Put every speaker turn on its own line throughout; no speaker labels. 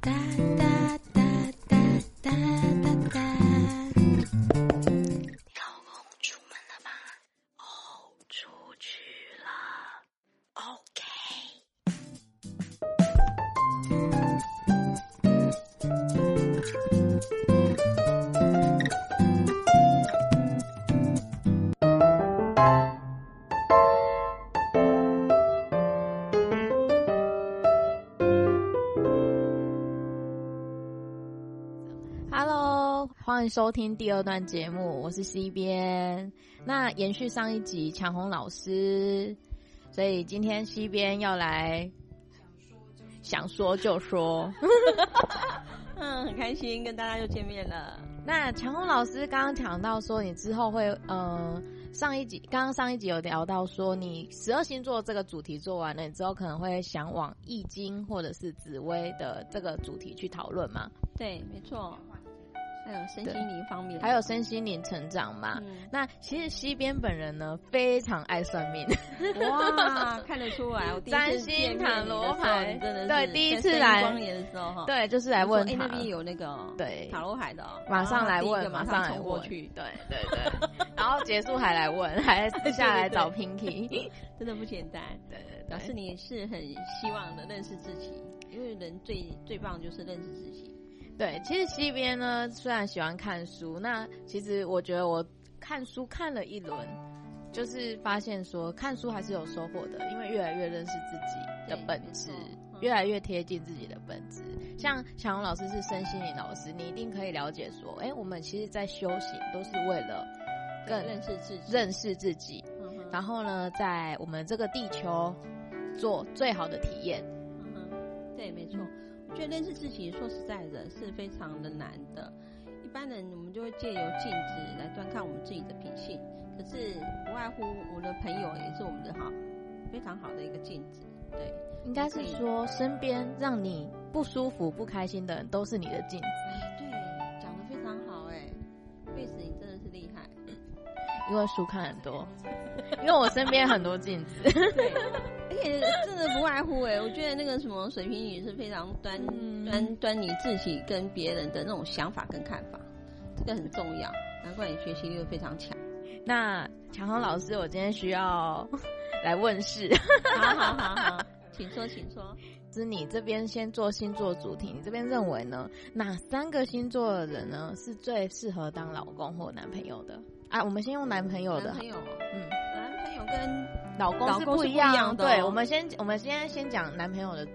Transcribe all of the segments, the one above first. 哒哒哒哒哒哒哒。你老公出门了吗？哦，出去了。OK。
Hello，欢迎收听第二段节目，我是 C 边。那延续上一集强红老师，所以今天 C 边要来想说就说。
嗯，很开心跟大家又见面了。
那强红老师刚刚讲到说，你之后会呃，上一集刚刚上一集有聊到说，你十二星座这个主题做完了，你之后可能会想往易经或者是紫薇的这个主题去讨论嘛？
对，没错。还有身心灵方面，
还有身心灵成长嘛？
嗯
那其实西边本人呢，非常爱算命，
哇，看得出来，我第一次
占星
见面你的时候
塔罗牌
你真的是
对第一次
在
来
光年的时候 哈，
对，就是来问
我说哎
他，
那边有那个哦
对
塔罗牌的哦，
马上来
然
问，
后
马
他第一个马
来
冲过
问，
去，
对对对， 然后结束还来问， 还下来找 Pinky，
真的不简单。
对对
表
对，
示你是很希望的认识自己，因为人最最棒就是认识自己。
对，其实西边呢，虽然喜欢看书，那其实我觉得我看书看了一轮，就是发现说看书还是有收获的，因为越来越认识自己的
对
本
没
质
错嗯，
越来越贴近自己的本质。像小红老师是身心灵老师，你一定可以了解说，哎，我们其实在修行都是为了更
对认识自己，
认识自己，
嗯哼
然后呢，在我们这个地球做最好的体验。
嗯哼，对，没错。我觉得认识自己，说实在的，是非常的难的。一般人我们就会借由镜子来端看我们自己的品性，可是不外乎我的朋友也是我们的好，非常好的一个镜子。对，
应该是说，身边让你不舒服、不开心的人都是你的镜子，
哎，对，讲的非常好，哎，贝斯你真的是厉害。
因为书看很 多，因为我身边很多镜子。
对，而且真的不外乎哎、我觉得那个什么水瓶女是非常端、
嗯
端端你自己跟别人的那种想法跟看法，这个很重要。难怪你学习力会非常强。
那强豪老师，我今天需要来问事，
好好好好，请说，请说。
是你这边先做星座主题，你这边认为呢，哪三个星座的人呢是最适合当老公或男朋友的？啊，我们先用男朋友的
男，朋友哦，
嗯，
男朋友跟
老公
老
是
公
不
是
一
不一
样，
样的
对，
哦
我们先我们先先讲男朋友的，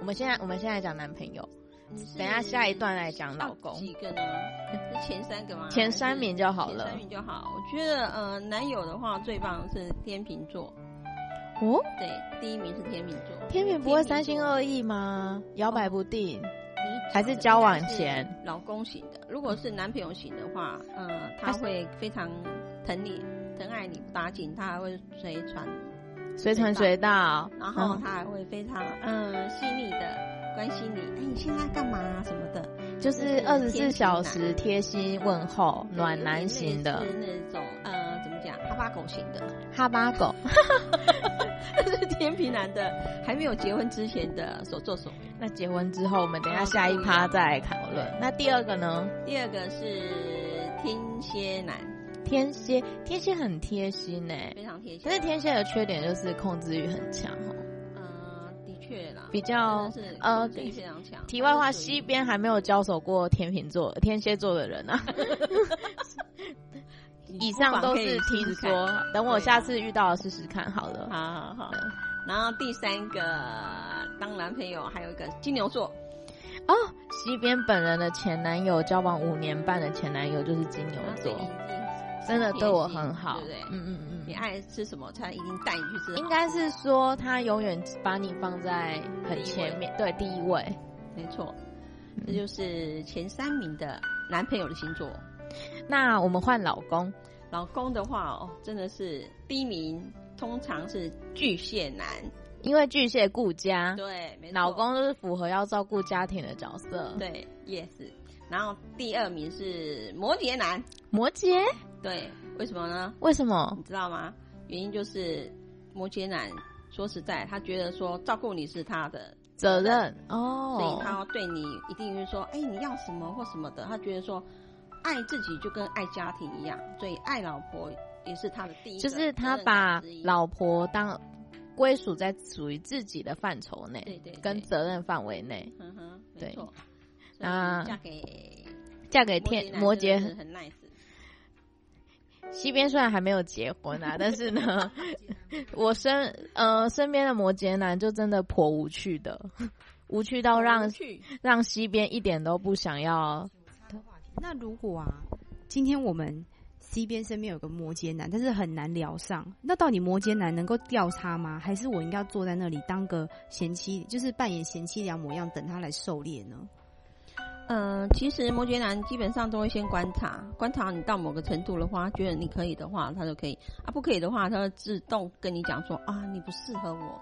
我们现在我们现在讲男朋友，
你是
等一下下一段来讲老
到
公。
几个呢？是前三个吗？
前三名就好
前
了
三。名就好。我觉得呃，男友的话最棒是天秤座，
哦，
对，第一名是天秤座。
天秤不会三心二意吗？摇摆不定。还是交往前
老公型的，如果是男朋友型的话，呃，他会非常疼你、疼爱你、不打紧，他还会随传，
随传随到，
然后他还会非常嗯细腻的关心你，哎，你现在干嘛、什么的，
就是二十四小时贴心问候，暖男型的
是那种呃怎么讲哈巴狗型的，
哈巴狗，
是天平男的，还没有结婚之前的所作所为。
那结婚之后，我们等一下下一趴再来讨论。那第二个呢？
第二个是天蝎男，
天蝎，天蝎很贴心欸呢、
非常贴心，
但是天蝎的缺点就是控制欲很强哦。
呃的确啦，
比较
真的是
呃
控制欲非常强。
题外话，
它是属于
西边还没有交手过天秤座、天蝎座的人 啊。以上都是听说，等我下次遇到了试试看好了。
好好好。然后第三个当男朋友还有一个金牛座，
哦，西边本人的前男友交往五年半的前男友就是金牛座，真的对我很好，
对不对？
嗯嗯
你
嗯，
爱吃什么，他一定带你去吃。
应该是说他永远把你放在很前面，对第一位。
没错，
嗯
这就是前三名的男朋友的星座。
那我们换老公，
老公的话哦，真的是第一名，通常是巨蟹男。
因为巨蟹顾家，
对，没错。
嗯老公就是符合要照顾家庭的角色。，
对，yes。然后第二名是摩羯男，
摩羯
对，为什么呢？
为什么？
你知道吗？原因就是摩羯男，说实在，他觉得说照顾你是他的
责任哦，
所以他对你一定会说，哎，你要什么或什么的，他觉得说，爱自己就跟爱家庭一样，所以爱老婆也是他的第一个
就
责任
是
感之一，啊
他把老婆当归属在属于自己的范畴内，
对对对
跟责任范围内，
嗯哼，没
对
错，
那
所以嫁给
嫁给天摩
摩
羯
羯男真的是很 nice，
西边虽然还没有结婚 啊，但是呢，我身呃身边的摩羯男就真的颇无趣的， 无趣到让
去
让西边一点都不想要。
那如果啊，今天我们 C 边身边有个摩羯男，但是很难聊上，那到底摩羯男能够钓他吗？还是我应该坐在那里当个贤妻，就是扮演贤妻良母一样，等他来狩猎呢？
嗯，其实摩羯男基本上都会先观察，观察你到某个程度的话，觉得你可以的话，他就可以；啊，不可以的话，他会自动跟你讲说啊，你不适合我。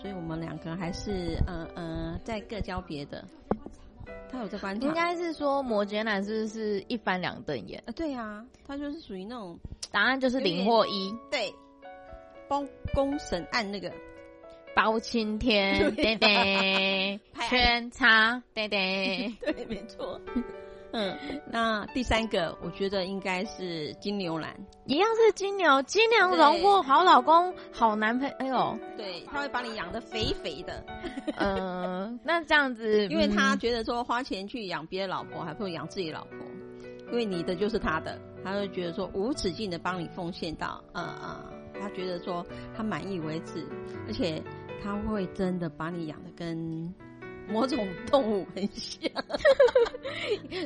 所以我们两个还是嗯嗯，在各交别的。他有在观察，
应该是说摩羯男是不是一翻两瞪眼？
啊，对啊，他就是属于那种
答案就是零或一，
对包公审案那个，
包青天，对
对啊
对，
拍案，
圈叉，对对
对，没错。嗯，那第三个我觉得应该是金牛男，
一样是金牛，金牛荣获好老公、好男朋哎友。
对，他会把你养的肥肥的。
呃，那这样子，
因为他
嗯
觉得说花钱去养别的老婆，还不如养自己老婆，因为你的就是他的，他会觉得说无止境的帮你奉献到，呃呃，他觉得说他满意为止，而且他会真的把你养的跟某种动物很像，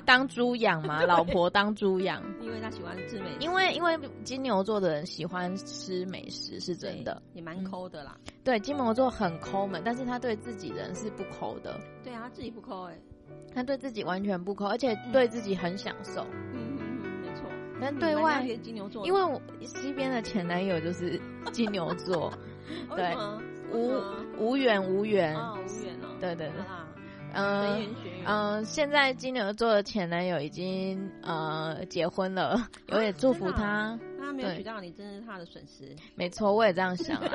当猪养嘛，老婆当猪养。
因为他喜欢吃美食，
因为因为金牛座的人喜欢吃美食是真的，
也蛮抠的啦，
对金牛座很抠门，但是他对自己人是不抠的，
对啊，他自己不抠哎、欸，
他对自己完全不抠，而且对自己很享受。
嗯嗯嗯，没错，
但对
你蛮
外
了，解金牛座的，
因为我西边的前男友就是金牛 座，
哦为什么
无
为什么
无缘无缘，
啊无缘了，
对对对
好啦，随
嗯、
缘随缘，
嗯、现在金牛座的前男友已经呃结婚了，我也祝福
真的
他。
啊那他没有
对
娶到你，真是他的损失。
没错，我也这样想 啊。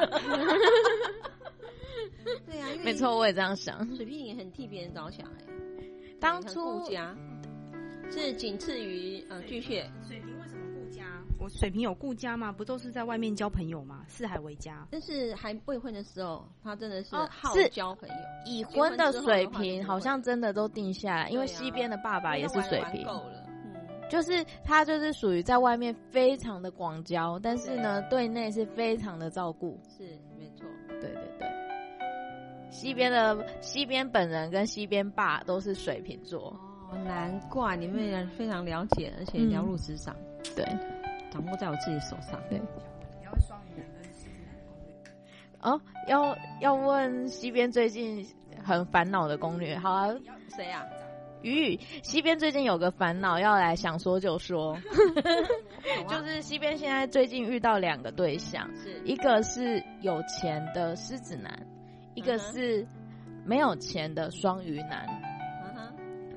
对啊，因为
没错，我也这样想。
水瓶也很替别人着想哎、
当
很
初
顾家是仅次于呃巨蟹，
水瓶为什么顾家？我水瓶有顾家吗？不都是在外面交朋友吗？四海为家。
但是还未婚的时候，他真的是
哦
好
是
交朋友，
已婚的水
结婚之后的话就不会
平好像真的都定下来，因为
对啊
西边的爸爸也是水平
因为玩，够了，嗯，
就是他就是属于在外面非常的广交，但是呢
嗯
对内是非常的照顾。
是没错，
对对对，西边的西边本人跟西边爸都是水瓶座，
哦，难怪你们也非常了解，而且
嗯
了如指掌，
对。
掌握在我自己手上。
哦，要要问西边最近很烦恼的攻略，好啊，
谁啊？
鱼西边最近有个烦恼要来，想说就说，
好啊
就是西边现在最近遇到两个对象，
是
一个是有钱的狮子男，一个
嗯哼
是没有钱的双鱼男。
嗯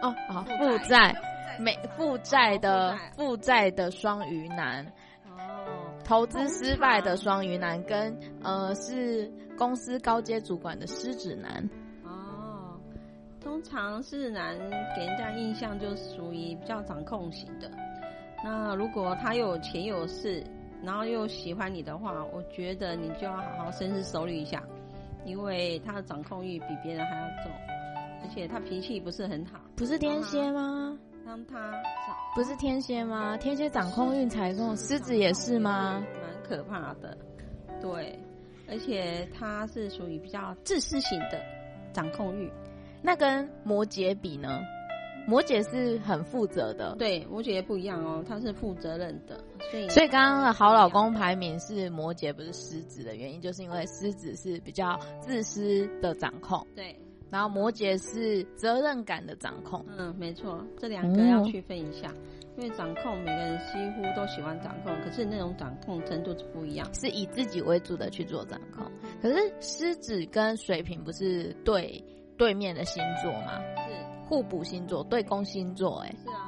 哼
哦，好，
负
负债，没负债
哦
的
负债
负债的双鱼男，
哦，
投资失败的双鱼男，跟呃是公司高阶主管的狮子男。
哦，通常是男给人家印象就是属于比较掌控型的。那如果他又有钱又有势，然后又喜欢你的话，我觉得你就要好好深思熟虑一下，因为他的掌控欲比别人还要重，而且他脾气不是很好。
不是
嗯
天蝎吗？
让他
不是天蝎吗？天蝎掌控运才重，狮子也是吗？
蛮可怕的，对，而且他是属于比较自私型的掌控欲。
那跟摩羯比呢？摩羯是很负责的，
对，我觉得不一样哦，他是负责任的，所以
所以刚刚的好老公排名是摩羯，不是狮子的原因，就是因为狮子是比较自私的掌控，
对，
然后摩羯是责任感的掌控。
嗯，没错，这两个要
哦
区分一下，因为掌控每个人几乎都喜欢掌控，可是那种掌控程度是不一样。
是以自己为主的去做掌控，可是狮子跟水瓶不是对对面的星座吗？
是
互补星座，对宫星座、欸，哎，
是啊，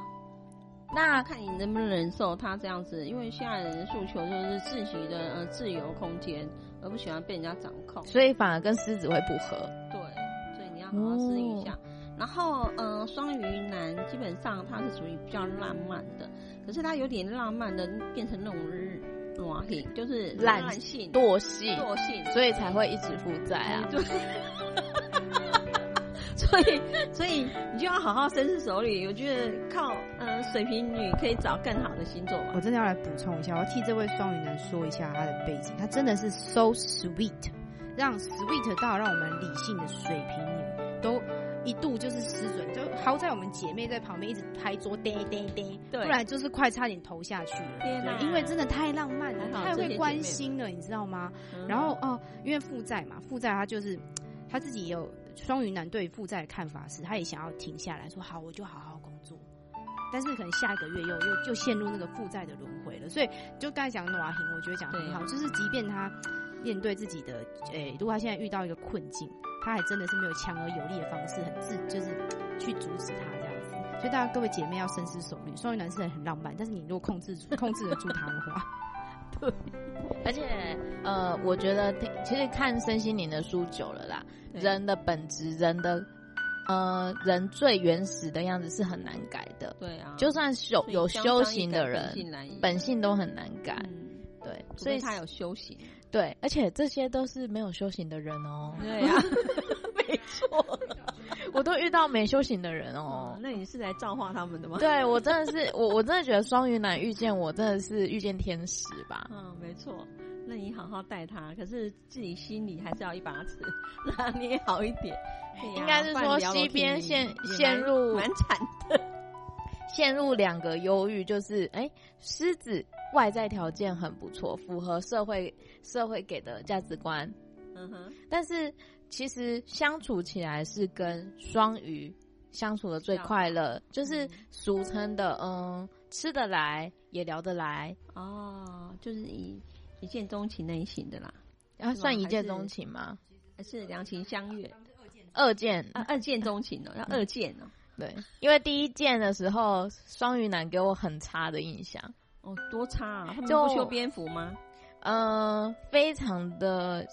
那
看你能不能忍受他这样子，因为现在人的诉求就是自己的呃自由空间，而不喜欢被人家掌控。
所以反而跟狮子会不合。
对，所以你要好好适应一下。
哦
然后，嗯、呃，双鱼男基本上他是属于比较浪漫的，可是他有点浪漫的变成那种软性，就是
懒
烂性、
惰性，
惰性，
所以才会一直负债 啊。
对。所以，所以你就要好好深思熟虑。我觉得靠，嗯，水瓶女可以找更好的星座吧。
我
嗯
真的要来补充一下，我要替这位双鱼男说一下他的背景，他真的是 so sweet，让 sweet 到让我们理性的水瓶女都一度就是失准，就好在我们姐妹在旁边一直拍桌，叮叮叮，
对
不然就是快差点投下去了。
天哪
对，因为真的太浪漫了，
还好
太
这些
会
姐
关
妹
心了，你知道吗？
嗯
然后哦，因为负债嘛，负债他就是他自己也有双鱼男对负债的看法是，他也想要停下来说好，我就好好工作。但是可能下一个月又又又陷入那个负债的轮回了，所以就刚才讲暖行，我觉得讲得很好，就是即便他面对自己的，诶、如果他现在遇到一个困境，他还真的是没有强而有力的方式，很自就是去阻止他这样子。所以大家各位姐妹要深思熟虑，双鱼男是很浪漫，但是你如果控制住控制得住他的话，
而且，呃，我觉得听其实看身心灵的书久了啦，
对
人的本质，人的呃，人最原始的样子是很难改的。
对啊，
就算修
所以
有
相
修
当一
行
个
的
本
人，
性难移
本性都很难改。
嗯
对，
除
所以
非他有修行。啊
对，而且这些都是没有修行的人 哦。
对啊，
没错，我都遇到没修行的人
哦
哦，。
那你是来造化他们的吗？
对我真的是， 我我真的觉得双鱼男遇见我真的是遇见天使吧。
嗯，没错。那你好好带他，可是自己心里还是要一把尺， 让你也好一点。对呀
哎应该是
不然
说
聊楼
西
梯
边
也
陷
蛮
陷入
蛮惨
陷入两个忧郁，就是哎，狮子外在条件很不错，符合社会社会给的价值观，
的。嗯哼，
但是其实相处起来是跟双鱼相处的最快乐，就是俗称的嗯，吃得来也聊得来，
哦，就是一一见钟情那一型的啦，
然、后算一
还
见
是
钟情吗？
还是两情相悦
二见啊
啊？二见钟情哦，要二见哦。
对，因为第一见的时候，双鱼男给我很差的印象，
哦，多差啊！他们
就
不修边幅吗？
呃，非常的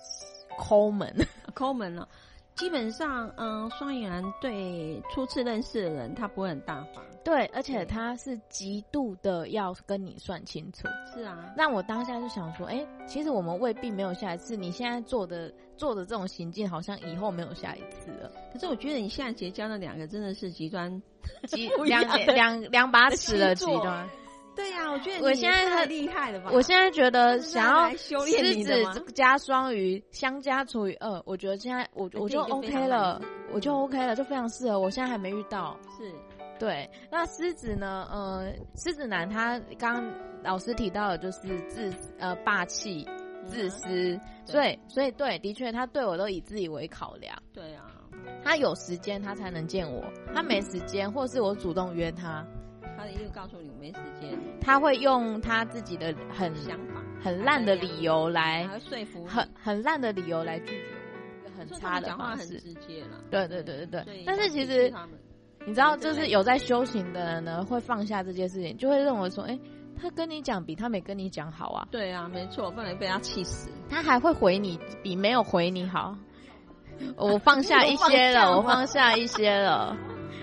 抠门，
抠门了。基本上，嗯，双鱼男对初次认识的人，他不会很大方。
对，而
对
且他是极度的要跟你算清楚。
是啊，
那我当下就想说，哎、其实我们未必没有下一次。你现在做的做的这种行径，好像以后没有下一次了。
可是我觉得你现在结交那两个真的是极端。
极
不一
两
样的
两两把尺的极
星座
端。
对呀、我觉得
我
你
现在
太
很
厉害了吧？
我现在觉得
这是
想要
来修炼
狮
你的吗
子加双鱼相加除以二，我觉得现在我
哎
我
这
就
个就非
OK
常
了
满意，嗯
我就 OK 了，就非常适合。我现在还没遇到。
是嗯
对，那狮子呢？呃，狮子男他刚刚老师提到的就是自呃霸气、自，
嗯啊
私，所以所以对，的确他对我都以自己为考量。
对啊，
他有时间他才能见我，他没时间，或是我主动约他，
他一路告诉你我没时间，
他会用他自己的很
想法
很烂的理由来
还，会说服你
很很烂的理由来拒绝我，一个很
所以
差
他们
的
讲话
方
很
式。
直接啦。
对对对对
所以
对，但是其
要体
实
恤他们
你知道，就是有在修行的人呢，会放下这件事情，就会认为说，哎、他跟你讲比他没跟你讲好啊，
对啊，没错，不然被他气死。
他还会回你比没有回你 好。我放下一些
有放下吗
了，我放下一些 了。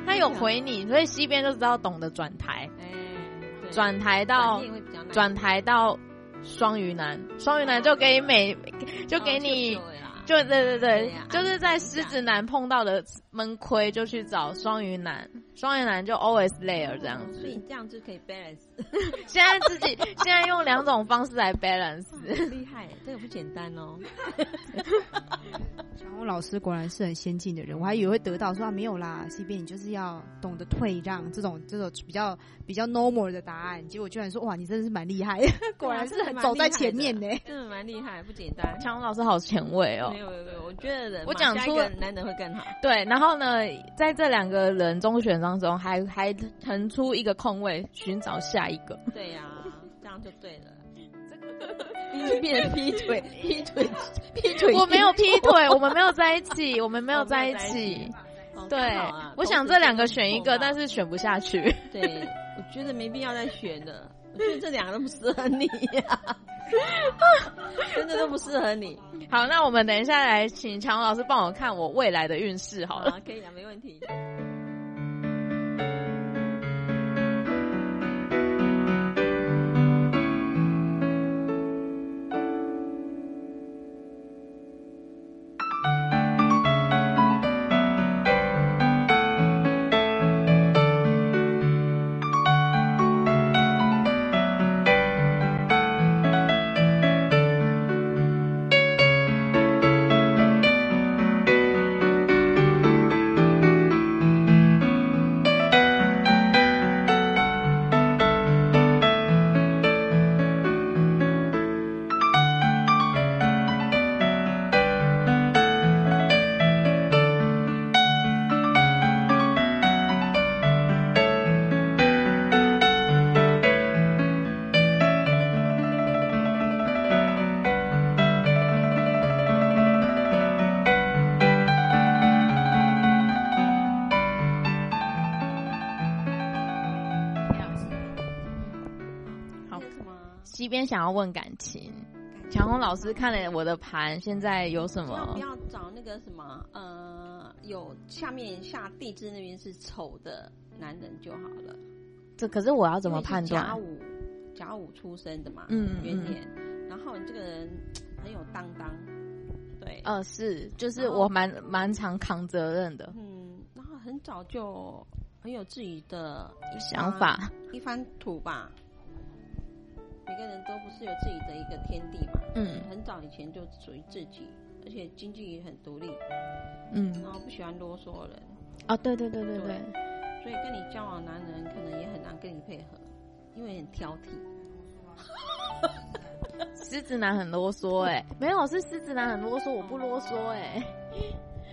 他有回你，所以西边就知道懂得转台，
哎，对
转台到
转念会比较难
转台到双鱼男，双鱼男就给你每就给你
哦就对啦
就对对
对
对
呀，
就是在狮子男碰到的闷亏，就去找双鱼男，双鱼男就 always there 这样
哦所以
子
你。这样就可以 balance，
现在自己现在用两种方式来 balance，
很厉害，这个不简单哦。
然后老师果然是很先进的人，我还以为会得到说啊没有啦，西边你就是要懂得退让这种这种比较比较 normal 的答案，结果居然说哇你真的是蛮厉害的，
啊
果然是很走在前面呢、
真的蛮厉害，不简单。
强龙老师好前卫哦
没。有没有没有，我觉得人嘛
我讲
下一
出
个男人会更好。
对，然后呢，在这两个人中选当中还，还腾出一个空位寻找下一个。
对呀、这样就对 了。就变成劈腿，劈腿，劈腿。
我没有劈腿，我们没有在一起，我们没有
哦没有
在一
在一
起。
哦
对
刚好啊，啊
我想这两个选一个，但
是
是选不下去。
对，我觉得没必要再选了。我觉得这两个都不适合你呀、真的都不适合你。
好，那我们等一下来请强老师帮我看我未来的运势好了。，
可以啊，没问题。
好
什么？
西边想要问感情，强红老师看了我的盘，现在有什
千万
么
不？要找那个什么，呃，有下面下地支那边是丑的男人就好了。
这可是我要怎么判
因为是甲
断？
午，甲午出生的嘛，
嗯嗯
元年。然后你这个人很有担当，对，
呃，是，就是我蛮蛮常扛责任的
嗯，然后很早就很有自己的一
想
番
法。
一番土吧。每个人都不是有自己的一个天地嘛，
嗯
很早以前就属于自己，而且经济也很独立，
嗯，
然后不喜欢啰嗦的人，
啊，对对对对对
对，所以跟你交往的男人可能也很难跟你配合，因为很挑剔。
狮子男很啰嗦哎、没有是狮子男很啰嗦，我不啰嗦哎、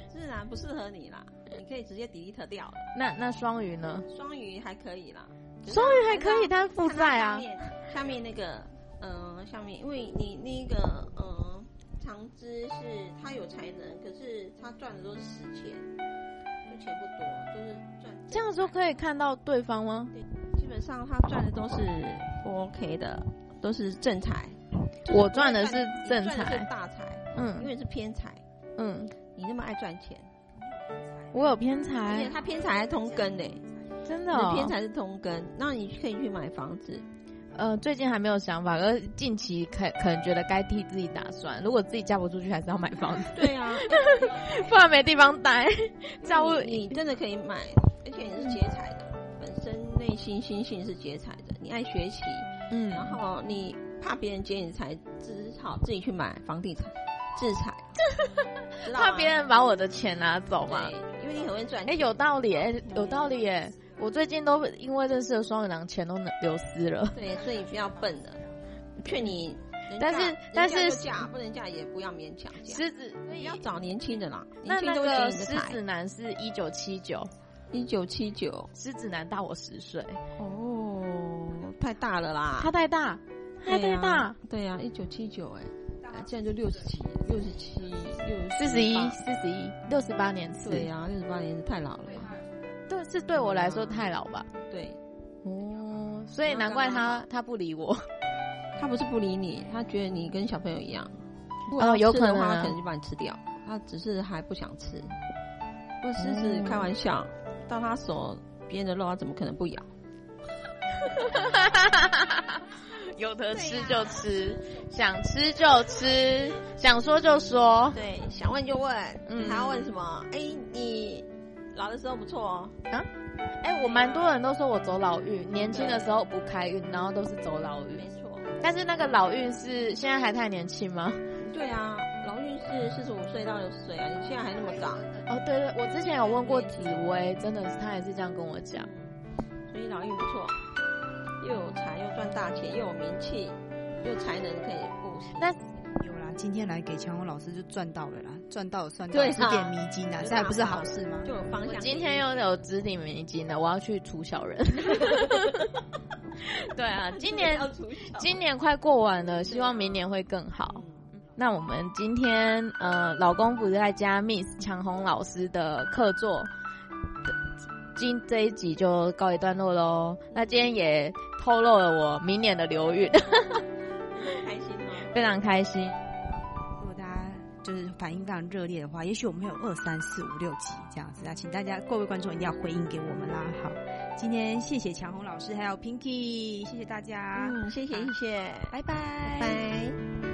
自然不适合你啦，你可以直接 delete 掉了。
那那双鱼呢？
双鱼还可以啦，
双鱼还可以，但是负债啊
下。面下面那个，呃，下面因为你那个，呃，长之是他有才能，可是他赚的都是死钱，就钱不多，就是赚
这样说可以看到对方吗？
基本上他赚的都是不 OK 的，都是正财。
我赚的是正
你赚的
财
是，大财，因
嗯
为是偏财，
嗯，
你那么爱赚钱，
我有偏
而且
财，
他偏财还通根呢、
哎真的、
你的
哦。
偏财是通根，那你可以去买房子。
呃，最近还没有想法，而近期可可能觉得该替自己打算。如果自己嫁不出去，还是要买房子，
对 啊，
不然没地方待。 照顾
你你真的可以买，而且你是劫财的嘛，本身内心心性是劫财的，你爱学习，
嗯，
然后你怕别人劫你财，只好自己去买房地产，制 裁，知道吗
怕别人把我的钱拿走嘛。
对，因为你很会赚
哎、
钱。
有道理、哎、有道理、哎，我最近都因为认识了双鱼郎，钱都流失了。
对，所以不要笨了，劝你能嫁。
但是
能嫁
但是
就嫁不能嫁也不要勉强嫁，
狮子，所
你
以
要找年轻的啦，
那
年轻
那
都
个
会劫你的
狮
财
子。男是一九七九，
一九七九，
狮子男大我十岁，
啊哦，太大了啦，
他太大，他太大，
对呀、啊，一九七九哎，啊现在就六十七、六十七、六
四十一，四十一，六十八年次，
对呀、啊六十八年是太老了吧？
这是对我来说太老吧？
对
哦，所以难怪他他不理我。
他不是不理你，他觉得你跟小朋友一样。如
哦
他
有
吃
可
的
能
话
啊
他可能就把你吃掉，他只是还不想吃。不过狮子开玩笑，到他手别人的肉，他怎么可能不咬？
有得吃就吃，想吃就吃，想说就说。
对，想问就问，
嗯
还要问什么？哎，你老的时候不错哦，
哎、我蛮多人都说我走老运，年轻的时候不开运，然后都是走老运
没。错。
但是那个老运是现在还太年轻吗？
对啊，老运是四十五岁到六十岁啊，你现在还那么长。
哦，对对，我之前有问过紫薇，真的是她也是这样跟我讲。
所以老运不错，又有财，又赚大钱，又有名气，又才能可以布施。
那
有啦，今天来给强红老师就赚到了啦，赚到了算到
对
了，
啊
吃点迷津啊，
就
这还
大
不是
发
好事吗？
就有方
我
向。
今天又有指定明金了，我要去除小 人。对 啊，今年
要出嗯小
今年快过完了，希望明年会更好。那我们今天呃，老公不在家，Miss 强红老师的课座今这一集就告一段落喽。那今天也透露了我明年的流运，
开心哦。
非常开心。
如果大家就是反应非常热烈的话，也许我们会有二三四五六集这样子。那请大家各位观众一定要回应给我们啦。好，今天谢谢强红老师还有 Pinky，谢谢大家，
嗯，谢谢谢谢，
拜拜
拜。